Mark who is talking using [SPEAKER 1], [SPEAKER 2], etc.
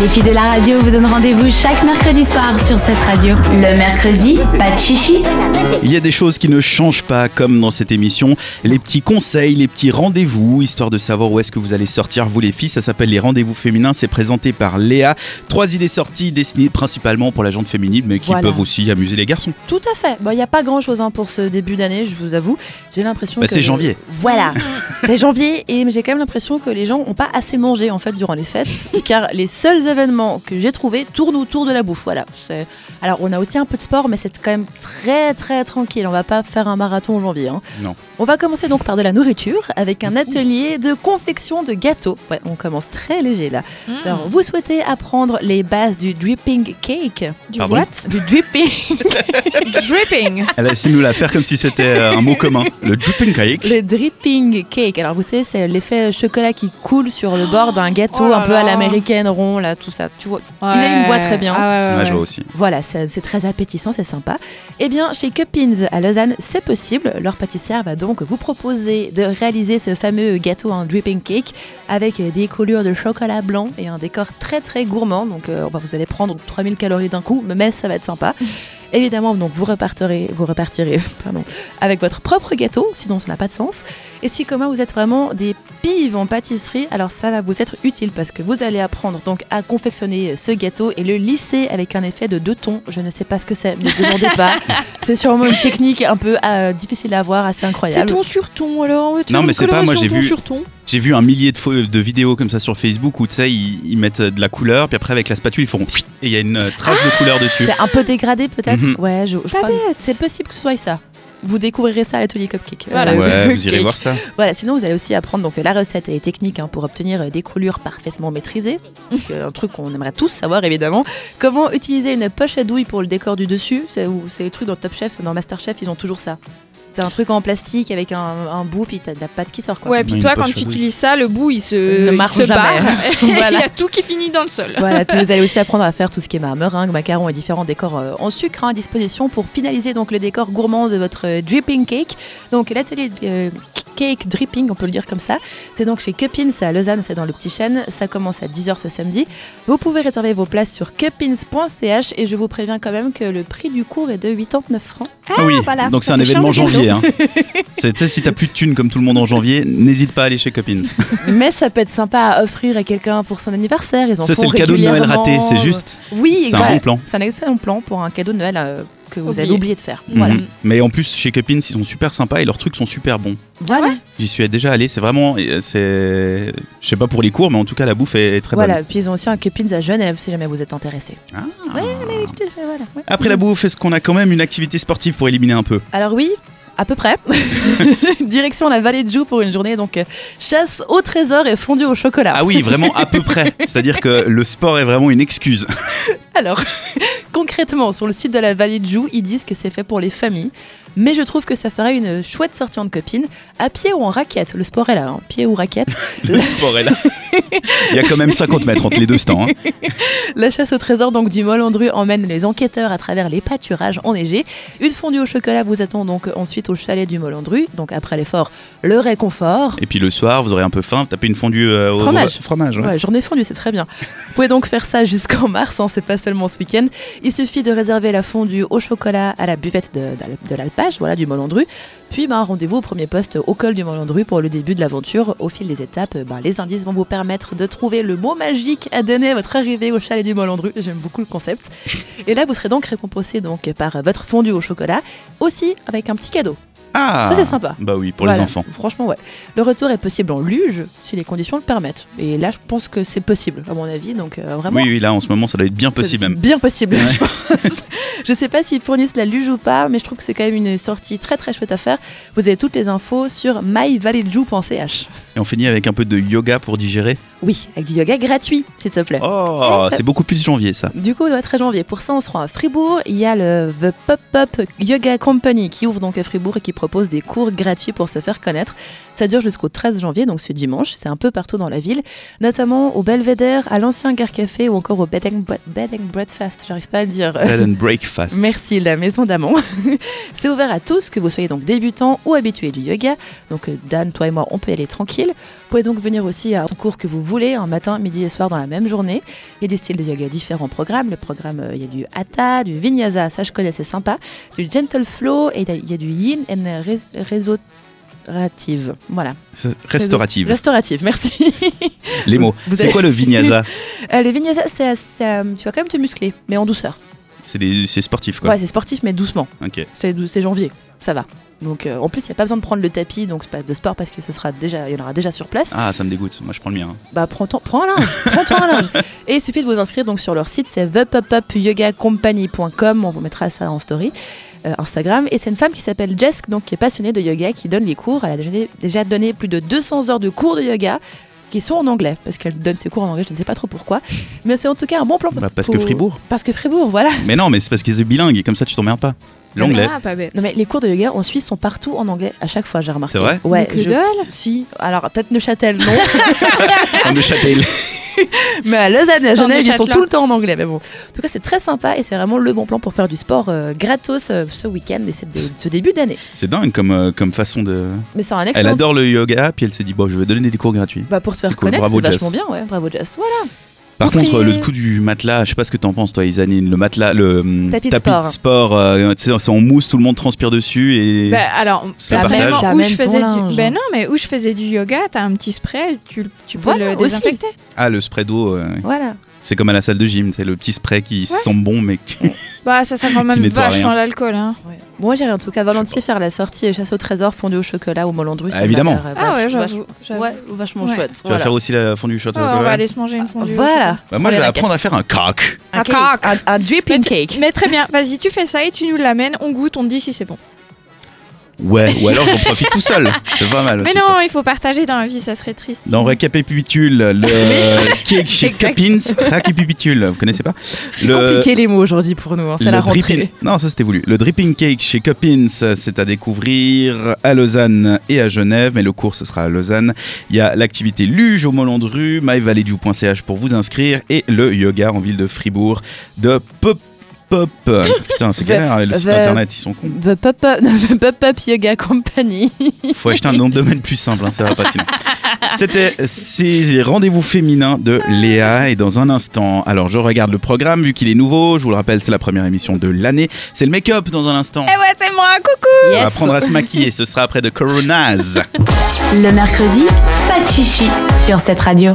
[SPEAKER 1] Les filles de la radio vous donnent rendez-vous chaque mercredi soir sur cette radio. Le mercredi, pas de chichi.
[SPEAKER 2] Il y a des choses qui ne changent pas, comme dans cette émission, les petits conseils, les petits rendez-vous, histoire de savoir où est-ce que vous allez sortir, vous les filles. Ça s'appelle les rendez-vous féminins. C'est présenté par Léa. Trois idées sorties destinées principalement pour la gente féminine, mais qui
[SPEAKER 3] Voilà.
[SPEAKER 2] peuvent aussi amuser les garçons.
[SPEAKER 3] Tout à fait. Il n'y a pas grand-chose hein, pour ce début d'année, je vous avoue. J'ai l'impression
[SPEAKER 2] Bah,
[SPEAKER 3] que...
[SPEAKER 2] c'est janvier.
[SPEAKER 3] Voilà. c'est janvier et j'ai quand même l'impression que les gens n'ont pas assez mangé en fait durant les fêtes, car les seuls événements que j'ai trouvés tournent autour de la bouffe. Voilà. C'est- Alors on a aussi un peu de sport, mais c'est quand même très très tranquille. On va pas faire un marathon en janvier. hein.
[SPEAKER 2] Non.
[SPEAKER 3] On va commencer donc par de la nourriture avec un atelier de confection de gâteaux. Ouais, on commence très léger là.
[SPEAKER 4] Mmh.
[SPEAKER 3] Alors vous souhaitez apprendre les bases du dripping cake
[SPEAKER 4] Du
[SPEAKER 2] Pardon
[SPEAKER 4] what
[SPEAKER 3] Du dripping
[SPEAKER 4] Dripping.
[SPEAKER 2] Elle a essayé de nous la faire comme si c'était euh, un mot commun. Le dripping cake.
[SPEAKER 3] Le dripping cake. Alors vous savez, c'est l'effet chocolat qui coule sur le bord d'un gâteau
[SPEAKER 4] Oh là
[SPEAKER 3] un peu à
[SPEAKER 4] là.
[SPEAKER 3] l'américaine rond, là, tout ça. Tu vois. allaient le voir très bien.
[SPEAKER 4] Ah ouais, ouais,
[SPEAKER 2] Ouais, je
[SPEAKER 4] ouais.
[SPEAKER 2] vois aussi.
[SPEAKER 3] Voilà, c'est c'est très appétissant, c'est sympa. Eh bien, chez Cuppins à Lausanne, c'est possible. Leur pâtissière va donc vous proposer de réaliser ce fameux gâteau en dripping cake avec des coulures de chocolat blanc et un décor très très gourmand. Donc, euh, bah, vous allez prendre 3000 calories d'un coup, mais ça va être sympa. Évidemment, donc vous repartirez, vous repartirez pardon, avec votre propre gâteau, sinon ça n'a pas de sens. Et si comme moi vous êtes vraiment des pives en pâtisserie, alors ça va vous être utile parce que vous allez apprendre donc à confectionner ce gâteau et le lisser avec un effet de deux tons. Je ne sais pas ce que c'est, ne me demandez pas. c'est sûrement une technique un peu euh, difficile à avoir, assez
[SPEAKER 4] C'est
[SPEAKER 3] incroyable.
[SPEAKER 4] ton sur ton alors. Tu
[SPEAKER 2] Non,
[SPEAKER 4] veux
[SPEAKER 2] mais
[SPEAKER 4] une
[SPEAKER 2] c'est pas- moi, j'ai vu-
[SPEAKER 4] coloration Ton sur ton.
[SPEAKER 2] J'ai vu un millier de, fo- de vidéos comme ça sur Facebook où tu sais, ils, ils mettent euh, de la couleur, puis après avec la spatule, ils font pfft et il y a une euh, trace de couleur dessus.
[SPEAKER 3] C'est un peu dégradé peut-être.
[SPEAKER 2] Mhm.
[SPEAKER 3] Ouais, je, je
[SPEAKER 4] Pas
[SPEAKER 3] crois. que
[SPEAKER 4] bête.
[SPEAKER 3] C'est possible que ce soit ça. Vous découvrirez ça à l'atelier Cupcake.
[SPEAKER 4] Voilà.
[SPEAKER 2] Ouais, vous irez
[SPEAKER 3] Cake.
[SPEAKER 2] voir ça.
[SPEAKER 3] Voilà, sinon vous allez aussi apprendre donc la recette et les techniques hein, pour obtenir euh, des coulures parfaitement maîtrisées. Donc, euh, un truc qu'on aimerait tous savoir évidemment. Comment utiliser une poche à douille pour le décor du dessus C'est ou- c'est les trucs dans Top Chef, dans Master Chef, ils ont toujours ça. C'est un truc en plastique avec un, un bout puis t'as de la pâte qui sort quoi.
[SPEAKER 4] Ouais,
[SPEAKER 2] Une
[SPEAKER 4] puis toi,
[SPEAKER 2] poche
[SPEAKER 4] quand
[SPEAKER 2] à
[SPEAKER 4] tu
[SPEAKER 2] douille.
[SPEAKER 4] utilises ça, le bout, il
[SPEAKER 3] Ne
[SPEAKER 4] se, il
[SPEAKER 3] marche
[SPEAKER 4] se
[SPEAKER 3] jamais.
[SPEAKER 4] barre. Et
[SPEAKER 3] Voilà.
[SPEAKER 4] Il y a tout qui finit dans le sol.
[SPEAKER 3] Voilà, puis vous allez aussi apprendre à faire tout ce qui est ma- meringue, macaron et différents décors euh, en sucre hein, à disposition pour finaliser donc le décor gourmand de votre euh, dripping cake. Donc l'atelier euh, cake dripping, on peut le dire comme ça, c'est donc chez Cuppins à Lausanne, c'est dans le Petit Chêne, ça commence à 10h ce samedi. Vous pouvez réserver vos places sur cuppins.ch et je vous préviens quand même que le prix du cours est de 89 francs.
[SPEAKER 2] Ah oui,
[SPEAKER 4] voilà,
[SPEAKER 2] donc c'est
[SPEAKER 4] ça
[SPEAKER 2] un
[SPEAKER 4] fait
[SPEAKER 2] événement
[SPEAKER 4] changer
[SPEAKER 2] janvier. Hein. C'est- tu sais, si t'as plus de thunes comme tout le monde en janvier, n'hésite pas à aller chez Coppins.
[SPEAKER 3] Mais ça peut être sympa à offrir à quelqu'un pour son anniversaire, ils en
[SPEAKER 2] Ça,
[SPEAKER 3] font
[SPEAKER 2] c'est le cadeau de Noël raté,
[SPEAKER 3] régulièrement.
[SPEAKER 2] c'est juste.
[SPEAKER 3] Oui,
[SPEAKER 2] C'est un
[SPEAKER 3] voilà.
[SPEAKER 2] bon plan. Oh
[SPEAKER 3] C'est un excellent plan pour un cadeau de Noël euh, que vous avez
[SPEAKER 4] Oublié.
[SPEAKER 3] oublié de faire. euh, Voilà.
[SPEAKER 2] Mhm. Mais en plus, chez Coppins, ils sont super sympas et leurs trucs sont super bons.
[SPEAKER 3] Voilà.
[SPEAKER 2] J'y suis déjà allé, c'est vraiment. euh, c'est- Je sais pas pour les cours, mais en tout cas, la bouffe est est très
[SPEAKER 3] Voilà, puis ils ont aussi un Cuppins à Genève si jamais vous êtes intéressé.
[SPEAKER 2] bonne. Ah.
[SPEAKER 3] Voilà, ouais.
[SPEAKER 2] Après la bouffe, est-ce qu'on a quand même une activité sportive pour éliminer un peu
[SPEAKER 3] Alors oui, à peu près. Direction la vallée de Joux pour une journée donc euh, chasse au trésor et fondue au chocolat.
[SPEAKER 2] Ah oui, vraiment à peu près. C'est-à-dire que le sport est vraiment une excuse.
[SPEAKER 3] Alors, concrètement, sur le site de la Vallée de Joux, ils disent que c'est fait pour les familles. Mais je trouve que ça ferait une chouette sortie entre copines, à pied ou en raquette. Le sport est là, hein, pied ou raquette.
[SPEAKER 2] Le sport est là. Il y a quand même 50 mètres entre les deux stands. hein.
[SPEAKER 3] La chasse au trésor donc du Molandru emmène les enquêteurs à travers les pâturages enneigés. Une fondue au chocolat vous attend donc ensuite au chalet du Molandru. Donc après l'effort, le réconfort.
[SPEAKER 2] Et puis le soir, vous aurez un peu faim, vous tapez une fondue euh, au
[SPEAKER 3] Fromage.
[SPEAKER 2] au- fromage ouais.
[SPEAKER 3] Ouais, journée fondue, c'est très bien. Vous pouvez donc faire ça jusqu'en mars, hein, c'est pas seulement ce week-end. Il suffit de réserver la fondue au chocolat à la buvette de, de- de l'Alpage, voilà, du Molandru. Puis ben, rendez-vous au premier poste au col du Molandru pour le début de l'aventure. Au fil des étapes, ben, les indices vont vous permettre de trouver le mot magique à donner à votre arrivée au chalet du Molandru. J'aime beaucoup le concept. Et là, vous serez donc récompensé donc, par votre fondue au chocolat, aussi avec un petit cadeau.
[SPEAKER 2] Ah
[SPEAKER 3] Ça, c'est sympa.
[SPEAKER 2] Bah oui, pour les
[SPEAKER 3] Voilà.
[SPEAKER 2] enfants.
[SPEAKER 3] Franchement, ouais. Le retour est possible en luge si les conditions le permettent. Et là, je pense que c'est possible, à mon avis. Donc, euh, vraiment.
[SPEAKER 2] Oui, oui, là en ce moment, ça doit être bien
[SPEAKER 3] c'est-
[SPEAKER 2] possible
[SPEAKER 3] c'est
[SPEAKER 2] même.
[SPEAKER 3] Bien possible,
[SPEAKER 2] Ouais.
[SPEAKER 3] je pense. Je sais pas s'ils fournissent la luge ou pas, mais je trouve que c'est quand même une sortie très très chouette à faire. Vous avez toutes les infos sur myvalleyjou.ch.
[SPEAKER 2] Et on finit avec un peu de yoga pour digérer.
[SPEAKER 3] Oui, avec du yoga gratuit, s'il te plaît.
[SPEAKER 2] Oh, c'est beaucoup plus janvier ça.
[SPEAKER 3] Du coup, le 13 janvier, pour ça, on sera à Fribourg. Il y a le The Pop-Up Yoga Company qui ouvre donc à Fribourg et qui propose des cours gratuits pour se faire connaître. Ça dure jusqu'au 13 janvier, donc ce dimanche. C'est un peu partout dans la ville, notamment au Belvédère, à l'ancien Gare Café ou encore au Bed and, Bre- Bed and Breakfast. J'arrive pas à le dire.
[SPEAKER 2] Bed and breakfast.
[SPEAKER 3] Merci, la maison d'Amon. C'est ouvert à tous, que vous soyez donc débutant ou habitué du yoga. Donc, euh, Dan, toi et moi, on peut y aller tranquille. tranquille. Vous pouvez donc venir aussi à un cours que vous voulez, en matin, midi et soir dans la même journée. Il y a des styles de yoga différents programmes. Le programme, euh, il y a du hatha, du vinyasa, ça je connais, c'est sympa. Du gentle flow et il y a du yin and res- resorative. Voilà.
[SPEAKER 2] Restaurative,
[SPEAKER 3] Restaurative, merci.
[SPEAKER 2] les mots.
[SPEAKER 3] vous
[SPEAKER 2] C'est
[SPEAKER 3] avez-
[SPEAKER 2] quoi le vinyasa
[SPEAKER 3] Euh, le vinyasa, c'est, assez- c'est, euh, tu vas quand même te muscler, mais en douceur.
[SPEAKER 2] C'est des- c'est sportif quoi.
[SPEAKER 3] Ouais, c'est sportif, mais doucement.
[SPEAKER 2] Ok.
[SPEAKER 3] C'est, dou- c'est janvier, ça va. Donc euh, en plus, il n'y a pas besoin de prendre le tapis, donc passe de sport parce que ce sera déjà, il y en aura déjà sur place.
[SPEAKER 2] Ah, ça me dégoûte. Moi, je prends le mien. hein.
[SPEAKER 3] Bah prends, ton- prends un linge, prends-toi un linge. Et il suffit de vous inscrire donc sur leur site, c'est thepupup-yoga-company.com. on vous mettra ça en story. euh, Instagram et c'est une femme qui s'appelle Jess donc qui est passionnée de yoga qui donne les cours elle a déjà donné- déjà donné plus de 200 heures de cours de yoga qui sont en anglais parce qu'elle donne ses cours en anglais je ne sais pas trop pourquoi mais c'est en tout cas un bon plan
[SPEAKER 2] Bah, parce
[SPEAKER 3] pour-
[SPEAKER 2] que Fribourg.
[SPEAKER 3] parce que Fribourg voilà
[SPEAKER 2] Mais non, mais c'est parce qu'ils sont bilingues et comme ça, tu t'emmerdes pas. L'anglais.
[SPEAKER 4] Ah, pas bête.
[SPEAKER 3] Non mais les cours de yoga en Suisse sont partout en anglais à chaque fois, j'ai remarqué.
[SPEAKER 2] C'est vrai
[SPEAKER 3] Ouais,
[SPEAKER 4] que
[SPEAKER 3] je-
[SPEAKER 4] dalle.
[SPEAKER 3] Si, alors peut-être Neuchâtel, non, Ah.
[SPEAKER 2] On est châtel.
[SPEAKER 3] mais à Lausanne et à
[SPEAKER 4] Dans
[SPEAKER 3] Genève, ils sont
[SPEAKER 4] Neuchâtel.
[SPEAKER 3] tout le temps en anglais. Mais bon, en tout cas, c'est très sympa et c'est vraiment le bon plan pour faire du sport euh, gratos euh, ce week-end et ce, ce début d'année.
[SPEAKER 2] C'est dingue comme, euh, comme façon de.
[SPEAKER 3] Mais c'est un
[SPEAKER 2] Elle
[SPEAKER 3] excellent.
[SPEAKER 2] adore le yoga, puis elle s'est dit bon, je vais donner des cours gratuits.
[SPEAKER 3] Bah, pour te faire
[SPEAKER 2] C'est cool,
[SPEAKER 3] connaître,
[SPEAKER 2] bravo,
[SPEAKER 3] c'est vachement
[SPEAKER 2] Jess.
[SPEAKER 3] bien, ouais. Bravo Jess. Voilà.
[SPEAKER 2] Par
[SPEAKER 3] Vous
[SPEAKER 2] contre, euh,
[SPEAKER 3] priez.
[SPEAKER 2] le coup du matelas, je sais pas ce que t'en penses, toi, Isanine. Le matelas, le hum,
[SPEAKER 3] Tapis de sport.
[SPEAKER 2] sport, euh, tu sais, c'est en mousse, tout le monde transpire dessus et.
[SPEAKER 4] Bah, alors,
[SPEAKER 2] Ça
[SPEAKER 4] t'as
[SPEAKER 2] partage.
[SPEAKER 4] vraiment où
[SPEAKER 3] T'amènes
[SPEAKER 4] je
[SPEAKER 3] ton
[SPEAKER 4] faisais
[SPEAKER 3] linge.
[SPEAKER 4] du... Ben non, mais où je faisais du yoga, t'as un petit spray, tu, tu peux
[SPEAKER 3] Voilà,
[SPEAKER 4] le
[SPEAKER 3] aussi.
[SPEAKER 4] désinfecter.
[SPEAKER 2] Ah, le spray d'eau, euh,
[SPEAKER 3] Voilà.
[SPEAKER 2] c'est comme à la salle de gym, c'est le petit spray qui sent bon, mais qui-
[SPEAKER 4] Bah, ça sert quand même
[SPEAKER 2] nettoie rien.
[SPEAKER 4] vachement l'alcool. Hein.
[SPEAKER 3] Ouais. Moi, j'irai en tout cas volontiers faire la sortie et chasse au trésor fondue au chocolat au Molandru.
[SPEAKER 2] Ah,
[SPEAKER 3] ça m'a
[SPEAKER 2] évidemment.
[SPEAKER 3] l'air, euh,
[SPEAKER 4] Ah ouais,
[SPEAKER 3] vach-
[SPEAKER 4] j'avoue.
[SPEAKER 3] vach-
[SPEAKER 4] j'avoue.
[SPEAKER 3] ouais, vachement
[SPEAKER 4] Ouais.
[SPEAKER 3] chouette.
[SPEAKER 2] tu vas faire aussi la fondue du château.
[SPEAKER 4] Ah, on va aller se manger une fondue. au
[SPEAKER 3] Voilà.
[SPEAKER 2] Bah, moi, je vais apprendre à faire un crack.
[SPEAKER 3] Un,
[SPEAKER 4] Un
[SPEAKER 3] Ah, cake.
[SPEAKER 4] crack.
[SPEAKER 3] Un- un dripping
[SPEAKER 4] Mais t-
[SPEAKER 3] cake.
[SPEAKER 4] Mais très bien, vas-y, tu fais ça et tu nous l'amènes, on goûte, on te dit si c'est bon.
[SPEAKER 2] Ouais, ou alors j'en profite tout seul. C'est pas mal
[SPEAKER 4] Mais
[SPEAKER 2] aussi.
[SPEAKER 4] non,
[SPEAKER 2] ça.
[SPEAKER 4] il faut partager dans la vie, ça serait triste.
[SPEAKER 2] Dans récapitule, le cake chez
[SPEAKER 3] Exact.
[SPEAKER 2] Coppins, récapitule, vous connaissez pas
[SPEAKER 3] C'est compliqué les mots aujourd'hui pour nous. hein, C'est
[SPEAKER 2] le
[SPEAKER 3] la rentrée.
[SPEAKER 2] dripping- Non, ça c'était voulu. Le dripping cake chez Coppins, c'est à découvrir à Lausanne et à Genève, mais le cours ce sera à Lausanne. Il y a l'activité luge au Moulin de Rue, myvalleydew.ch pour vous inscrire et le yoga en ville de Fribourg de Pop Pop. Putain, c'est
[SPEAKER 3] The-
[SPEAKER 2] galère le site
[SPEAKER 3] the-
[SPEAKER 2] internet, ils sont cons.
[SPEAKER 3] The Pop-Up the Pop-Up Yoga Company.
[SPEAKER 2] Faut acheter un nom de domaine plus simple, hein, ça va pas sinon. C'était ces rendez-vous féminins de Léa et dans un instant, alors je regarde le programme vu qu'il est nouveau, je vous le rappelle, c'est la première émission de l'année, c'est le make-up dans un instant.
[SPEAKER 4] Eh ouais, c'est moi, coucou
[SPEAKER 2] On va apprendre à se maquiller, ce sera après de Coronaz.
[SPEAKER 1] Le mercredi, pas de chichi sur cette radio.